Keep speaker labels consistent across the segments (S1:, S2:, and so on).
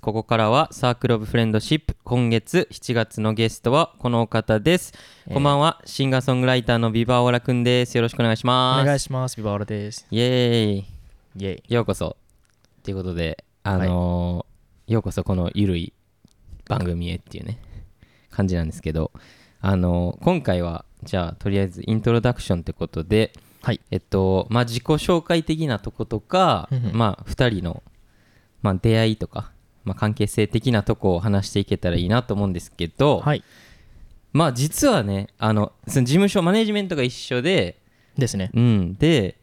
S1: ここからはサークル・オブ・フレンドシップ今月7月のゲストはこの方です、こんばんはシンガーソングライターのビバオラくんですよろしくお願いし
S2: お
S1: ます
S2: 願いします。ビバールです。
S1: イエーイ
S2: イェイ。
S1: ようこそということであのーようこそこのゆるい番組へっていうね感じなんですけどあのー今回はじゃあとりあえずイントロダクションってことで
S2: はい。
S1: えっとまあ自己紹介的なとことか
S2: うんうん
S1: まあ2人の、まあ、出会いとか、まあ、関係性的なとこを話していけたらいいなと思うんですけど、
S2: はい。
S1: まあ実はねあのその事務所マネジメントが一緒で
S2: ですね。
S1: うん、で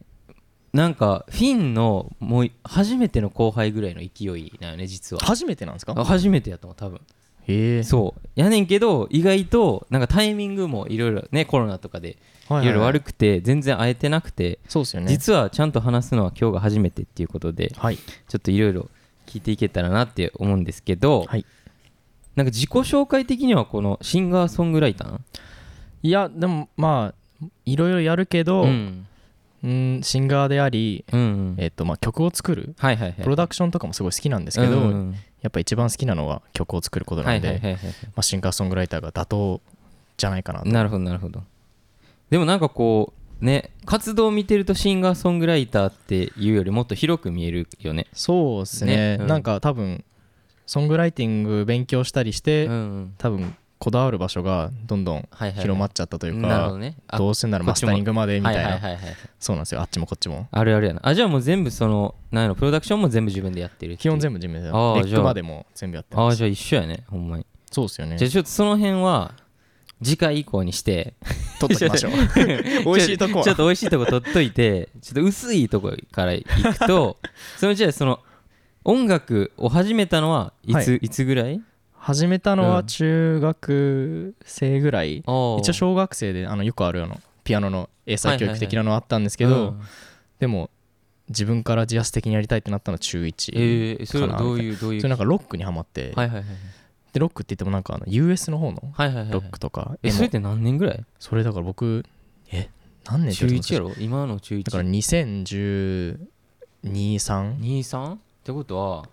S1: なんかフィンのもう初めての後輩ぐらいの勢いなよね実は
S2: 初めてなんですか
S1: あ初めてやと思う多分
S2: へえ。
S1: そうやねんけど意外となんかタイミングもいろいろねコロナとかでいろいろ悪
S2: く。
S1: くて全然会えてなくて
S2: そうですよね。
S1: 実はちゃんと話すのは今日が初めてっていうことで
S2: はい。
S1: ちょっといろいろ聞いていけたらなって思うんですけど
S2: はい。
S1: なんか自己紹介的にはこのシンガーソングライター
S2: いや、でもまあ、いろいろやるけど、
S1: う
S2: うん、
S1: ん
S2: シンガーであり、
S1: うんうん
S2: えっと、まあ曲を作る。
S1: はいはいはい
S2: プロダクションとかもすごい好きなんですけど、
S1: うんうん
S2: やっぱ一番好きなのは曲を作ること
S1: うん
S2: な
S1: は
S2: の
S1: い
S2: で、
S1: はいはいはい
S2: まあ、シンガーソングライターが妥当じゃないかなと。
S1: なるほどなるほどでもなんかこうね活動を見てるとシンガーソングライターっていうよりもっと広く見えるよね
S2: そうです
S1: ね
S2: ね
S1: うん
S2: なんか多分、ソングライティング勉強したりして、
S1: うんうん
S2: 多分、こだわる場所がどんどん
S1: はいはいはい
S2: 広まっちゃったというか、
S1: なるほどねあ
S2: どうせならマスタリングまでみたいな、
S1: はいはいはいはい
S2: そうなんですよあっちもこっちも
S1: あるあるやなあじゃあもう全部そのなんやろプロダクションも全部自分でやってる
S2: 基本
S1: 部
S2: 全部自分でレ
S1: ああ
S2: ックまでも全部やって
S1: あ
S2: ま
S1: あ
S2: す
S1: じゃあ一緒やねほんまに、
S2: そうですよね
S1: じゃあちょっとその辺は次回以降にして
S2: 取っときましょう美味しいとこ
S1: ちょっ
S2: は
S1: と美味しいとこ取っといてちょっと薄いとこからいくと そのじゃあその音楽を始めたのはいつ、
S2: はい
S1: い、つぐらい
S2: 始めたの
S1: う
S2: は
S1: ん
S2: 中学生ぐらい、一
S1: 一
S2: 応小学生であのよくあるあのピアノの英才教育的なのあったんですけ
S1: け
S2: ど、
S1: ど、
S2: でも自分から自発的にやりたいってなったのは中1、
S1: ええそれは
S2: かな
S1: どういうどういう
S2: それなんかロックにはまって、
S1: はいはいはい
S2: でロックって言ってもなんかあの US の方の
S1: はいはいはいはい
S2: ロックとか、
S1: え
S2: でも
S1: それって何年ぐらい
S2: それだから僕え何年って
S1: 中
S2: 言うと
S1: 1やろ今の中
S2: だから
S1: 1
S2: 2012、3?
S1: 23ってことは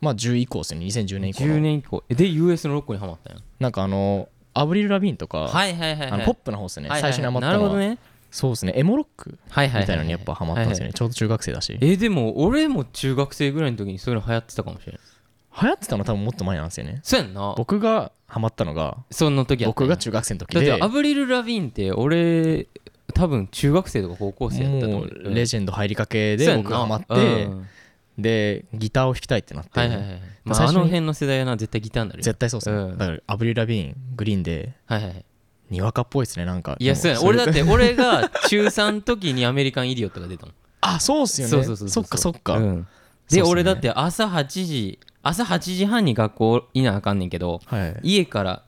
S2: まあ10以降ですね、2010年以降の。
S1: 10年以降えで US のロックにハマったんや
S2: なんかあの、アブリル・ラビーンとか、
S1: はいはいはい
S2: あ
S1: は
S2: の
S1: い
S2: ポップの方ですね、
S1: はいはいはい
S2: 最初にハマった
S1: な
S2: の
S1: る
S2: は
S1: ほどね
S2: そうですね、エモロック
S1: はい
S2: み
S1: はい
S2: たいなのにやっぱハマったんですよね、
S1: ね
S2: ちょうど中学生だし。流
S1: えでも俺も中学生ぐらいの時にそういうの流行ってたかもしれない
S2: 行ってたの多分もっと前なんですよね。
S1: そうやんな
S2: 僕がハマったのが、
S1: その時やったん
S2: 僕
S1: や
S2: が中学生の時
S1: だっ
S2: で
S1: て、アブリル・ラビーンって俺多分中学生とか高校生やったと
S2: も
S1: 思う
S2: う
S1: けどね
S2: レジェンド入りかけ
S1: そう
S2: で
S1: やんな
S2: 僕がハマっ
S1: う
S2: て、
S1: ん
S2: で、ギターを弾きたいってなっ
S1: はいはいは
S2: て、
S1: いまあ
S2: 最
S1: あ
S2: 初に
S1: の辺の世代はな絶対ギターになるよ
S2: 絶対そうです
S1: う
S2: ね。
S1: ん
S2: だからアブリル・ラビーン、グリーンで、
S1: はいはいはい
S2: にわかっぽいですね、なんか。
S1: いや
S2: でも
S1: そうやな俺
S2: れ
S1: だって俺が中3の時にアメリカンイディオットが出たもん
S2: あ、そうっすよね。
S1: そうそうそう
S2: そっかそっか。
S1: うん
S2: そうっす
S1: で
S2: よね
S1: 俺だって朝8時朝8時半に学校いなあかんねんけど
S2: はい。はい
S1: 家から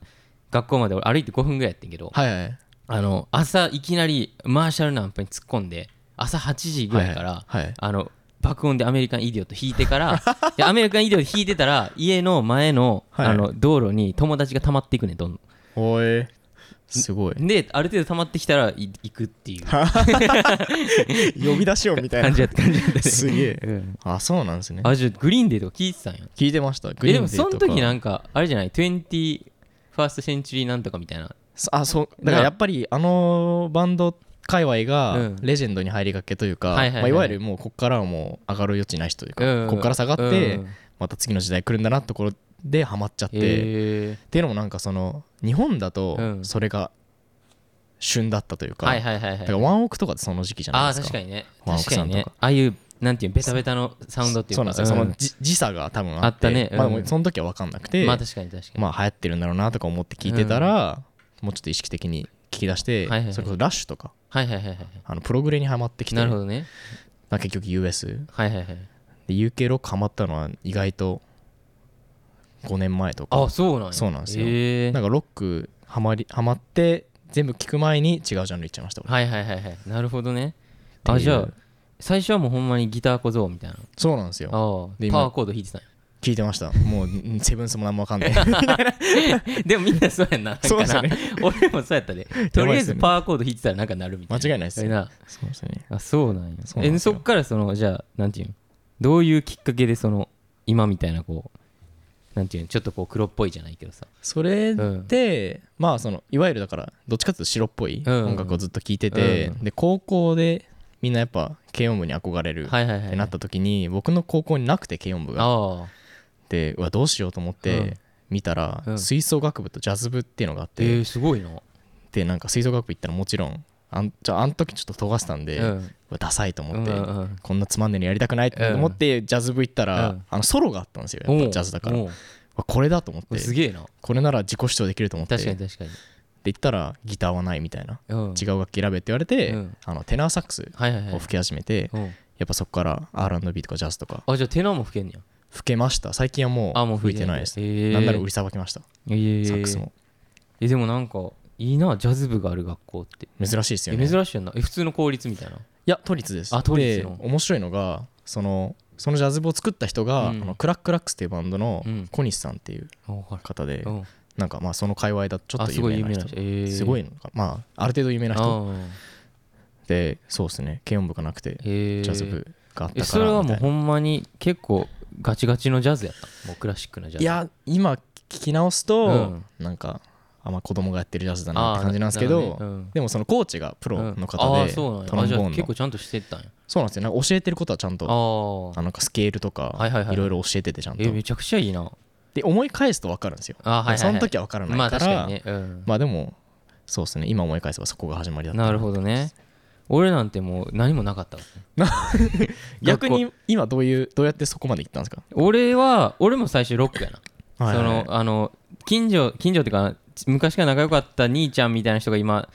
S1: 学校まで俺歩いて5分ぐらいやってんけど
S2: はい。
S1: あの朝いきなりマーシャルナンプに突っ込んで朝8時ぐらいから
S2: はいはい。
S1: あの爆音でアメリカンイディオット弾いてからでアメリカンイディオット弾いてたら家の前の
S2: はい
S1: あの道路に友達が溜まっていくねんどんどん
S2: おい。すごい。
S1: である程度溜まってきたらい行くっていう
S2: 呼び出しようみたいな
S1: 感。じやった感じやったね
S2: すげえ。
S1: うん
S2: あ、そうなんですね。
S1: あじゃあグリーンデーとか聞いてたんや
S2: 聞いてました。グ
S1: え
S2: リ
S1: で
S2: ーン
S1: も
S2: デ
S1: そ
S2: ー
S1: の
S2: とか。
S1: 時なんかあれじゃない21ファーストセンチュリーなんとかみたいな
S2: そあ、そう。だからやっぱりあのバンド界隈
S1: う
S2: が
S1: ん
S2: レジェンドに入りかけというか、
S1: はいはいはい
S2: まあいわゆるもうこっからはもう上がる余地ない人という
S1: う
S2: か、
S1: ん
S2: こっから下がっ
S1: う
S2: て
S1: ん、
S2: また次の時代来るんだなってところでハマっちゃって。
S1: へ
S2: っていうのもなんかその、日本だ
S1: う
S2: と
S1: ん
S2: それが旬だったという
S1: ー
S2: か、
S1: はいはいはいは
S2: だ
S1: い
S2: からワンオクとかってその時期じゃな
S1: あ
S2: い
S1: あ
S2: ですか。
S1: 確かにね
S2: ワンオ
S1: 確
S2: ク
S1: か
S2: さ
S1: に
S2: んとか
S1: ねああいうなんていうのベタベタのサウンドっていう
S2: そうなんですよ、その
S1: ん
S2: じ時差が多分あって
S1: あったねうん
S2: まあでもその時は分かんなくて、
S1: ま
S2: ま
S1: あ
S2: あ、
S1: 確かに確かに
S2: 流行ってるんだろうなとか思って聞いてたら、もうちょっと意識的に聞き出し
S1: は
S2: て、
S1: いはいはい
S2: それこそラッシュとか
S1: はいはいはいはい
S2: あのプログレにはまってきて
S1: なるほどね
S2: まあ結局 US で
S1: はいはいはい
S2: UK ロックハマったのは意外と5年前とか
S1: あそうなんや
S2: そうなんですよ
S1: へえ
S2: なんかロックハマりハマって全部聞く前に違うジャンルいっちゃいました俺
S1: はいはいはいはいなるほどね
S2: っ
S1: あ
S2: ていう
S1: じゃあ最初はもうほんまにギター小僧みたいな
S2: そうなんです
S1: ああ
S2: よ
S1: パワ
S2: で
S1: ー
S2: 今
S1: コード弾いてたんや
S2: 聞いてましたもううんセブンスも何も分か んない
S1: でもみんなそうやんななんかな
S2: そうですよね
S1: 俺もそうや ったでとりあえずパワーコード弾いてたらなんかなるみたいな
S2: 間違いないですよ
S1: な
S2: そうですね
S1: あそうなんや
S2: そうなん
S1: え
S2: です
S1: そ
S2: よ
S1: っからそのじゃあなんていうのどういうきっかけでその今みたいなこうなんていうのちょっとこう黒っぽいじゃないけどさ
S2: それ
S1: うん
S2: で、まあそのいわゆるだからどっちかっていうと白っぽい
S1: うん
S2: 音楽をずっと聴いてて、
S1: うん
S2: で高校でみんなやっぱ軽音部に憧れるっ
S1: はいはいはい
S2: てなった時に、僕の高校になくて軽音部が
S1: ああ
S2: でうわどうしようと思っ
S1: うん
S2: て見たら、
S1: うん
S2: 吹奏楽部とジャズ部っていうのがあって、
S1: えー、すごいな
S2: でなんか吹奏楽部行ったらもちろんあんじゃああの時ちょっと尖ってたんで、
S1: う
S2: うんわダサいと思って、
S1: うんうん
S2: こんなつまんねえのやりたくないと思ってジャズ部行ったら、
S1: うん
S2: あのソロがあったんですよ
S1: う
S2: やっ
S1: ん
S2: ぱジャズだから
S1: お
S2: わ
S1: う
S2: これだと思っ
S1: おう
S2: て
S1: すげえな
S2: これなら自己主張できると思って
S1: 確かに確かに、
S2: で行ったらギターはないみたいな
S1: うん、
S2: 違う楽器選べって言われて、
S1: うん
S2: あのテナーサックス
S1: はいはいはい
S2: を吹き始めて、
S1: うん
S2: やっぱそこから R&B とかジャズとか
S1: あじゃあテナーも吹けんねや
S2: 吹けました最近はも
S1: あも
S2: う
S1: う
S2: 吹
S1: 吹
S2: い
S1: いて
S2: てな
S1: ないい
S2: です、
S1: へえ
S2: なんなら売りさばきました、
S1: えー、
S2: サックスも
S1: えでもなんかいいなジャズ部がある学校って、
S2: 珍しいですよね
S1: え珍しいよなえ普通の公立みたいない
S2: や都立です
S1: あ都立の
S2: で面白いのがそのそのジャズ部を作った人が、
S1: うん
S2: あのクラックラックスっていうバンドの
S1: うん
S2: 小西さんっていう
S1: あわかる
S2: 方で、
S1: うん
S2: なんかまあその界隈だとちょっ
S1: あ
S2: と
S1: すごい
S2: 有
S1: 有
S2: 名
S1: 名
S2: な
S1: な
S2: 人
S1: 人えー、
S2: すごいのかまあある程度有名な
S1: な
S2: 人
S1: 人
S2: でそうですね軽音部がなくて
S1: えー、
S2: ジャズ部があっ
S1: え
S2: たか
S1: それ
S2: ら
S1: は
S2: み
S1: も
S2: た
S1: う
S2: い
S1: ほ
S2: なん
S1: まに結構ガチガチのジャズやったもうクラシックなジャズ
S2: いや今聞き直すと
S1: うん
S2: なんかあまあ子供がやってるジャズだ
S1: あ
S2: なっ
S1: ー
S2: て感じなんですけ
S1: る
S2: ど
S1: ほねうん
S2: でもそのコーチがプロの
S1: うん
S2: 方
S1: あー
S2: で
S1: そうなんや
S2: トロンボ
S1: あじ
S2: ー
S1: ゃあ
S2: ン
S1: 結構
S2: の
S1: ちゃんとしてったんや
S2: そうなんですよなんか教えてることはちゃんとあ
S1: ああ
S2: なんかスケールと
S1: はいはい
S2: か
S1: はい
S2: いろいろ教えててちゃんと
S1: えめちゃくちゃいいな
S2: で思い返すと分かるんですよ
S1: あはいはいはい
S2: その時は分からな
S1: ま
S2: い
S1: あ
S2: か
S1: 確からにね、うん
S2: まあでもそうですね今思い返せばそこが始まりだった
S1: なるほどね俺なんてもう何もなかったからね
S2: 逆に今どういうどうやってそこまで行ったんですか
S1: 俺は俺も最初ロックやな
S2: はい
S1: そ
S2: はい
S1: のあの近所近所っていうか昔から仲良かった兄ちゃんみたいな人が今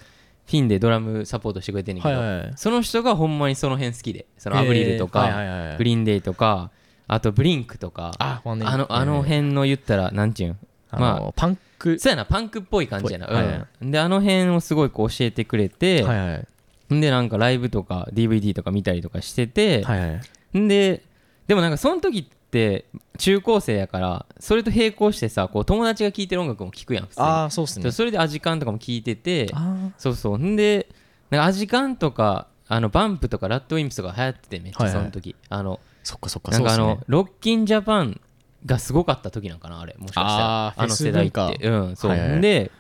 S1: フィンでドラムサポートしてくれてんねんけ
S2: はい
S1: ど、
S2: はいはい
S1: その人がほんまにその辺好きでそのアブリルとか、
S2: えーはいはいはい
S1: グリーンデイとかあとブリンクとか
S2: あワンネイ
S1: あのあの辺の言ったらなんていうん
S2: あ
S1: まあ
S2: のパンク
S1: そうやなパンクっぽい感じやな、
S2: ぽいはいは
S1: うん、であの辺をすごいこう教えてくれて、
S2: はいはい
S1: んでなんかライブとか DVD とか見たりとかしてて、
S2: はいはい
S1: んででもなんかその時って中高生やからそれと並行してさこう友達が聴いてる音楽も聴くやん普通に
S2: ああそうです
S1: そう
S2: ね
S1: それでアジカンとかも聴いてて
S2: あ
S1: そうそうんでなんかアジカンとかあのバンプとかラッドウィンプスとか流行っててめっち
S2: は
S1: ゃ
S2: い
S1: そ
S2: はい
S1: の時、あの
S2: ーそっかそっか
S1: なんかあ
S2: そう
S1: の、
S2: っすね
S1: ロッキンジャパンがすごかった時なんかなあれもしかしたら
S2: あ
S1: あ
S2: ー
S1: の世代っ
S2: フェス文
S1: てうんそう、
S2: はいはい
S1: で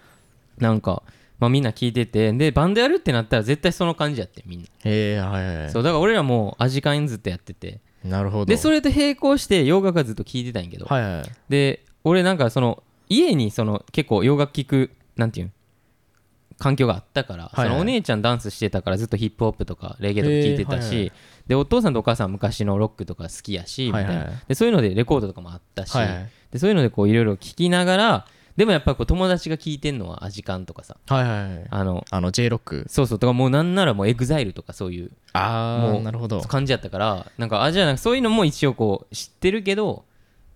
S1: なんかまあみんな聞いててでバンドやるってなったら絶対その感じやってみんな、
S2: へえはいはいはい
S1: そうだから俺らもうアジカンずっとやってて
S2: なるほど
S1: でそれと並行して洋楽はずっと聞いてたんやけど、
S2: はいはいはい
S1: で俺なんかその家にその結構洋楽聴くなんていうん環境があったから、
S2: はいはい
S1: そのお姉ちゃんダンスしてたからずっとヒップホップとかレゲエとか聴いてたし、
S2: へーはいは
S1: でお父さんとお母さん昔のロックとか好きやし、
S2: はいはい
S1: みたいなでそういうのでレコードとかもあったし、
S2: はいはい
S1: でそういうのでこういろいろ聴きながらでもやっぱこう友達が聴いてんのはアジカンとかさ
S2: はいはいはい
S1: あの
S2: あの J ロック
S1: そうそうとかもうなんならもうエグザイルとかそういう
S2: あ
S1: も
S2: あ
S1: う
S2: なるほど
S1: 感じやったからなんかあじゃあなんかそういうのも一応こう知ってるけど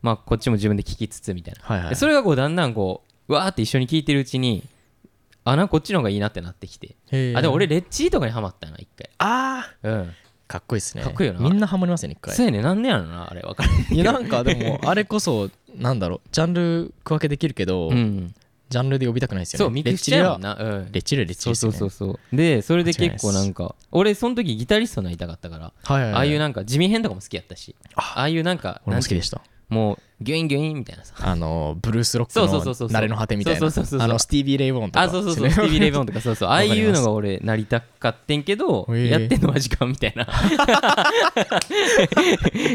S1: まあこっちも自分で聴きつつみたいな
S2: はいはい
S1: でそれがこうだんだんこううわーって一緒に聴いてるうちにあなんかこっちの方がいいなってなってきて、
S2: れ
S1: あでも俺レッチリとかにハマったな一回
S2: ああ
S1: うん
S2: かっこいいっすね
S1: かっこいいよな
S2: みんなハマりますね一回
S1: そうやねなんでやろなあれ分かる
S2: いやなんかでもあれこそなんだろうジャンル区分けできるけど
S1: うん
S2: ジャンルで呼びたくないですよね
S1: そうミクスチャーやもんなうん
S2: レッチリはレッチ
S1: そ
S2: リ
S1: う
S2: です
S1: そ
S2: よ
S1: う
S2: ね
S1: そうそうでそれで結構なんか俺その時ギタリストになりたかったから
S2: はいはい
S1: あ
S2: は
S1: あいう
S2: い
S1: なんか地味編とかも好きやったし
S2: あ
S1: ああいうなんか
S2: 俺も好きで
S1: し
S2: した
S1: もうギュインギュインみたいなさ
S2: あのブルースロック
S1: そうそうそうそう
S2: の
S1: そう
S2: 慣れの果てみたい
S1: そ
S2: な
S1: うそうそうそう
S2: あのスティービー・レイ・ボーンとか
S1: あそうそうそう
S2: です
S1: ステ
S2: ね
S1: ィービー・レイボーンとかそうそうああいうのが俺なりたかってんけど
S2: へえ
S1: やってんのは時間みた いな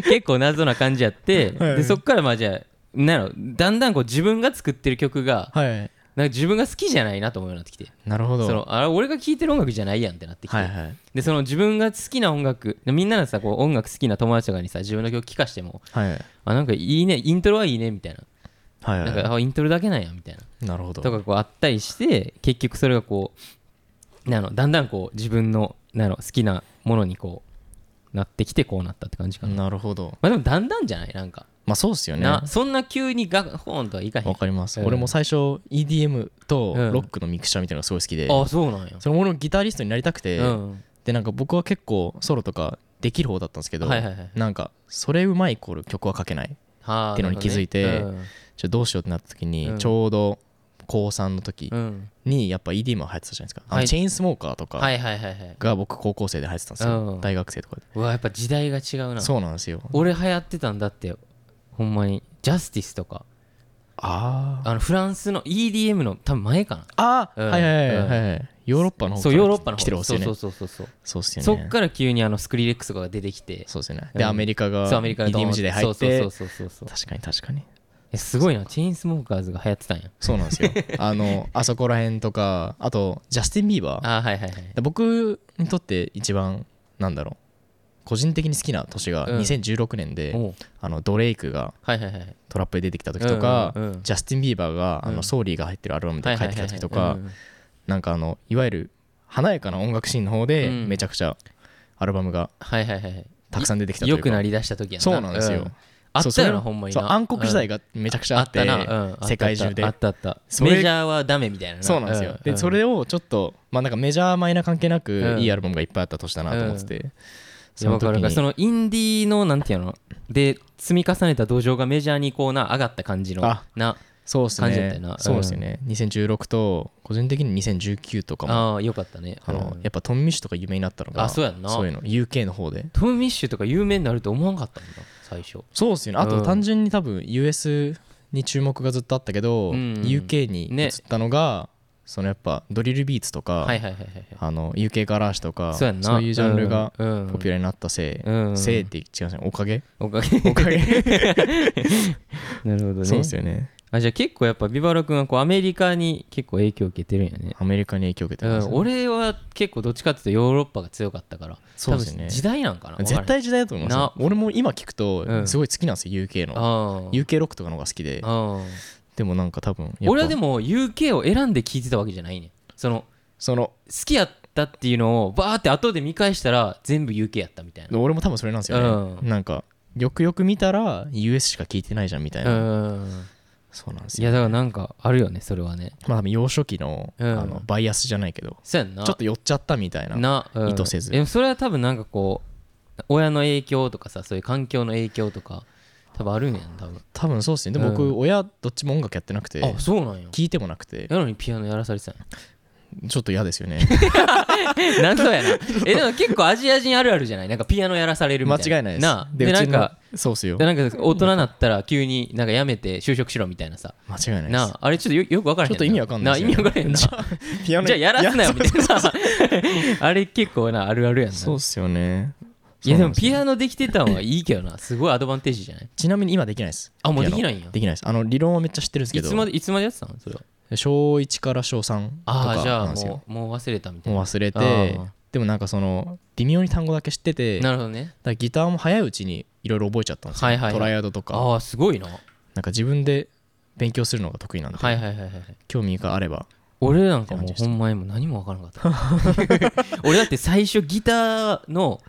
S1: 結構謎な感じやって
S2: はい
S1: でそっからまあじゃあなんやろだんだんこう自分が作ってる曲が
S2: はい
S1: なんか自分が好きじゃないなと思うようになってきて
S2: なるほど
S1: そのあれ俺が聴いてる音楽じゃないやんってなってきて、
S2: はいはい
S1: でその自分が好きな音楽みんなのさこう音楽好きな友達とかにさ自分の曲聴かしても
S2: はいはい
S1: あなんかいいねイントロはいいねみたいな,、
S2: はいはい
S1: なんかあイントロだけなんやみたいな
S2: なるほど
S1: とかこうあったりして結局それがこうなのだんだんこう自分のなの好きなものにこうなってきてこうなったって感じかな、
S2: なるほど
S1: まあでもだんだんじゃないなんか、
S2: まあそうっすよね
S1: なそんな急にガホーンとはいかへん
S2: わかります
S1: うん
S2: 俺も最初 EDM と
S1: うん
S2: ロックのミクシャーみたいなのがすごい好きで
S1: あそうなんや、
S2: その俺もギタリストになりたくて
S1: うん
S2: でなんか僕は結構ソロとかできる方だったんですけど、
S1: はいはいはい
S2: なんかそれうまいイコール曲は書けない
S1: はあ
S2: ってのに気づいて
S1: なるほどね
S2: じゃあどうしようってなった時に、
S1: うん
S2: ちょうど高3の時
S1: うんうん
S2: にやっぱ EDM が流行ってたじゃないですか、あの
S1: はい
S2: チェーンスモーカーと
S1: は
S2: か
S1: いはいはいはい
S2: が僕高校生で流行ってたんですよ、
S1: うん
S2: 大学生とかで
S1: うわやっぱ時代が違うな
S2: そうなんですよ
S1: 俺流行ってたんだってほんまにジャスティスとか
S2: あー
S1: あのフランスの EDM の多分前かな
S2: あー、
S1: うん
S2: はいはいはいはい、ヨーロッパの方
S1: そうヨーロッパの
S2: 来てる
S1: 方
S2: んですよね
S1: そうそうそうそう
S2: そうっすよね
S1: そっから急にあのスクリレックスとかが出てきて
S2: そうですよね
S1: うん
S2: でアメリカが
S1: そうアメリカがドーン
S2: EDM 時代入って
S1: そうそうそうそうそう
S2: 確かに確かに
S1: えすごいなチェーンスモーカーズが流行ってたんや
S2: そうなんで すよあのあそこら辺とかあとジャスティン・ビーバー
S1: あーはいはいはい
S2: で僕にとって一番なんだろう個人的に好きな年が
S1: うん
S2: 2016年で、
S1: おう
S2: あのドレイクが
S1: はいはいはい
S2: トラップで出てきた時とか、
S1: うんうんうん
S2: ジャスティン・ビーバーがあ
S1: う
S2: の
S1: ん
S2: ソーリーが入ってるアルバム
S1: は
S2: で
S1: い
S2: 帰
S1: はい
S2: っ
S1: は
S2: て
S1: いはい
S2: きた時とかなんかあのいわゆる華やかな音楽シーンの方で
S1: うん
S2: めちゃくちゃアルバムが
S1: はいはいはいはい
S2: たくさん出てきたとい
S1: 良
S2: うか
S1: くなりだした時やな
S2: そうなんですよ
S1: うあっ
S2: そ
S1: た
S2: うそれ
S1: よなほんまに
S2: そう
S1: な
S2: 暗黒時代がめちゃくちゃあって、
S1: なうん
S2: 世界中で
S1: あったあった
S2: それ
S1: メジャーはダメみたいな
S2: そうなんですよ、でそ
S1: で
S2: れをちょっとまあなんかメジャーマイナー関係なく、
S1: うん
S2: いいアルバムがいっぱいあった年だなと思ってて、そ
S1: 分
S2: の時
S1: かる
S2: に
S1: かそのインディーのなんていうので積み重ねた土壌がメジャーにこうな上がった感じの
S2: あ
S1: な
S2: そうです
S1: 感じだった
S2: ね
S1: よな
S2: そうですよね、2016と個人的に2019とかもあ
S1: ああよかったね
S2: の、
S1: うん
S2: やっぱトンミッシュとか有名になったのが
S1: あそうやんな
S2: いうの UK の方で
S1: トム・ミッシュとか有名になると思わんかったもんな最初
S2: そうですよねあ
S1: う
S2: と
S1: ん
S2: 単純に多分 US に注目がずっとあったけど、
S1: うんうん
S2: UK に移ったのが、そのやっぱドリルビーツとか、
S1: はいはいはいはいはい
S2: あの UK ガラージュとか
S1: そうやんな
S2: いうジャンルが
S1: うん
S2: ポピュラーになったせい、
S1: うん
S2: せいって違うじゃんおかげ
S1: お かげ
S2: おかげ
S1: なるほど
S2: そう
S1: ね
S2: ですよね
S1: あじゃあ結構やっぱビバロ君はこうアメリカに結構影響を受けてるんやね
S2: アメリカに影響を受けて
S1: う
S2: ます、
S1: ん、俺は結構どっちかっていうとヨーロッパが強かったから
S2: そうですよね
S1: 多分時代なんかな
S2: 絶対時代だと思いますよ俺も今聞く
S1: う
S2: と
S1: ん
S2: すごい好きなんですよ UK の
S1: あ
S2: UK ロックとかの方が好きで
S1: あ
S2: でもなんか多分やっぱ
S1: 俺はでも UK を選んで聞いてたわけじゃないねんその
S2: その
S1: 好きやったっていうのをバーって後で見返したら全部 UK やったみたいな
S2: 俺も多分それなんですよね、
S1: う
S2: なんかよくよく見たら US しか聞いてないじゃんみたいな、
S1: うん
S2: そうなんです
S1: い
S2: よ
S1: やだからなんかあるよねそれはね
S2: まあ多分幼少期の,、
S1: うん
S2: あのバイアスじゃないけど
S1: そうやんな
S2: ちょっと寄っちゃったみたいな
S1: な、うん
S2: 意図せず
S1: でもそれは多分なんかこう親の影響とかさそういう環境の影響とか多分あるんやん多分
S2: 多分そうですねでも僕、
S1: う
S2: 親どっちも音楽やってなくて
S1: あそうなんや
S2: 聞いてもなくて
S1: なのに ピアノやらされてたんや
S2: ちょっと嫌で すよね
S1: なんそうやな。え、でも結構アジア人あるあるじゃないなんかピアノやらされるみ
S2: 間
S1: たいな。
S2: 違いないです
S1: なあ
S2: で
S1: で、な
S2: うんちの
S1: か、
S2: そうっすよ
S1: でなんか大人になったら急になんかやめて就職しろみたいなさ。
S2: 間違いないで
S1: な
S2: す
S1: あ、あれちょっとよよくわからへん
S2: ちょっと意味わかんない
S1: 意
S2: です
S1: 味
S2: よね
S1: わからへんな。じ
S2: ピアノ
S1: ゃあやらすなよ
S2: い
S1: みたい な。 あれ結構な、あるあるやんな。
S2: そうっすよね
S1: いやでも
S2: そうなんすよ
S1: ピアノできてたんはいいけど な。すごいアドバンテージじゃない
S2: ちなみに今できないです
S1: あ、もうで
S2: ピアノ
S1: きないんや。
S2: できないですあの理論はめっちゃ知ってるんですけ
S1: い
S2: ど
S1: つまで、いつまでやってたのそれは。
S2: 小1から小3と
S1: ああ、
S2: か
S1: じゃ
S2: な
S1: あ
S2: んですよ
S1: もう、もう忘れたみたい
S2: もう
S1: な。
S2: 忘れ
S1: あ
S2: て
S1: ー
S2: でもなんかその微妙に単語だけ知っててだか
S1: なるほどね。
S2: らギターも早いうちにいろいろ覚えちゃったんですよ、
S1: はいはいはい
S2: トライアドとか
S1: ああ、すごいな。
S2: なんか自分で勉強するのが得意なんで、
S1: はいはいはいはい。
S2: 興味があれば
S1: 俺なんか
S2: って感
S1: も
S2: じ
S1: う
S2: でし
S1: ほ
S2: た
S1: んまにもう何もわからなかった 俺だって最初ギターの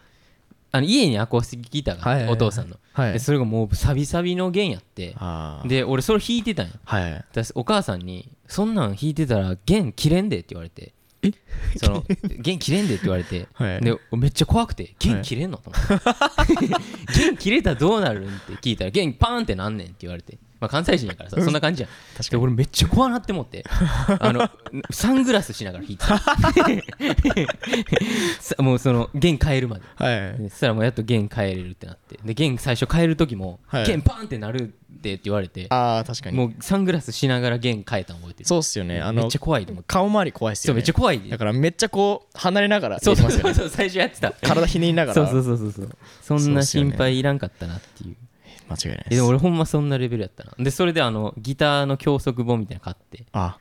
S1: あの家にアコースティックギターがあって、
S2: はいはいはい
S1: お父さんの、
S2: はい
S1: でそれがもうサビサビの弦やって
S2: あー
S1: で俺それ弾いてたんや
S2: はいはい
S1: だしお母さんに「そんなん弾いてたら弦切れんで」って言われてえその弦切れんでって言われて
S2: はい
S1: でめっちゃ怖くて「弦切れんの?」と思って 「弦切れたらどうなるん?」って聞いたら「弦パーンってなんねん」って言われて、まあ、関西人やからさそんな感じやん
S2: 確
S1: で俺めっちゃ怖なって思ってあのサングラスしながら弾いてた さもうその弦変えるまで
S2: はい
S1: でそしたらもうやっと弦変えれるってなってで弦最初変える時も、
S2: はい
S1: 弦パーンってなるでって言われて
S2: ああ確かに
S1: もうサングラスしながら弦変えたの覚えてる
S2: そうっすよねあ
S1: めっ
S2: の
S1: ちゃ怖いと思って、
S2: 顔周り怖いっす
S1: そ
S2: よ
S1: うめ
S2: ね
S1: っちゃ怖い
S2: だからめっちゃこう離れながら
S1: そう
S2: でき
S1: そ
S2: ま
S1: う
S2: す
S1: そ
S2: よね
S1: う そう最初やってた
S2: 体ひねりなが
S1: そう
S2: ら
S1: そ
S2: 間
S1: うそうそうそうそんな心配いらんかったなっていう
S2: 違いない
S1: え
S2: で
S1: ですも俺ほんまそんなレベルやったなでそれであのギターの教則本みたいなの買って
S2: あ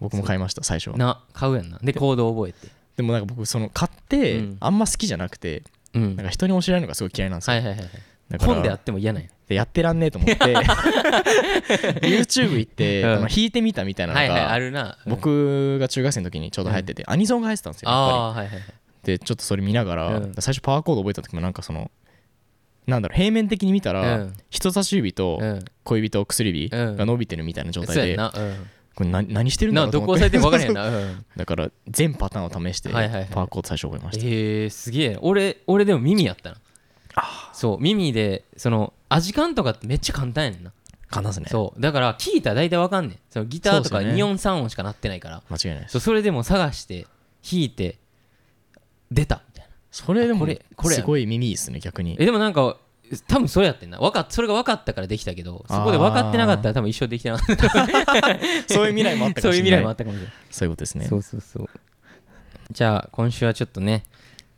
S2: 僕も買いました最初
S1: な買うやんなでコード覚えて
S2: でもなんか僕その買って
S1: うん
S2: あんま好きじゃなくて
S1: うん
S2: なんか人に教えられるのがすごい嫌いなんです
S1: は
S2: よ
S1: いはいはいはい
S2: だから
S1: 本であっても嫌なんや
S2: でやってらんねえと 思って YouTube 行って
S1: うん
S2: あの弾いてみたみたいな
S1: は
S2: の
S1: いはいあ
S2: が
S1: るなうん
S2: 僕が中学生の時にちょうど流行っててアニソンが流行ってたんですよやっぱり
S1: ああーはいはいはい
S2: でちょっとそれ見ながら、
S1: うん
S2: 最初パワーコード覚えた時もなんかそのなんだろう平面的に見たら、
S1: うん
S2: 人差し指と
S1: うん
S2: 小指と薬指
S1: うん
S2: が伸びてるみたいな状態
S1: そう
S2: で、
S1: やんなうん
S2: これ何何してるんだ
S1: な
S2: ろうと
S1: どこ
S2: 思
S1: 押
S2: っ
S1: さ
S2: て
S1: えても分からへんなうん
S2: だから全パターンを試して、
S1: はいはいはい
S2: パワーコード最初覚えました、
S1: えーすげえ俺俺でも耳やったなそう耳でそのアジカンとかってめっちゃ簡単やねんな
S2: 簡単ですね
S1: そうだから聞いたら大体分かんねんそのギターとか
S2: そうですよ
S1: 2
S2: ね
S1: 音3音しかなってないから
S2: 間違いないです
S1: そうそれでも探して弾いて出たみたいな
S2: それでも
S1: これこれ
S2: すごい耳いいですね逆に
S1: えでもなんか多分それやってんなわかそれが分かったからできたけどそこで分かってなかったら多分一生できてなかった
S2: そういう未来もあったか
S1: そう
S2: も
S1: いう
S2: し
S1: 未
S2: れな
S1: 来
S2: い
S1: もあったかもしれない、
S2: そういうことですね
S1: そうそうそうじゃあ今週はちょっとね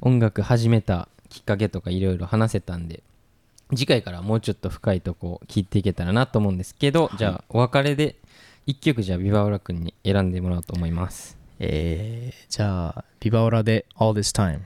S1: 音楽始めたきっかけとかいろいろ話せたんで次回からもうちょっと深いとこ聞いていけたらなと思うんですけど、じゃあお別れで一曲じゃあビバオラ君に選んでもらおうと思います
S2: えーじゃあビバオラで All This Time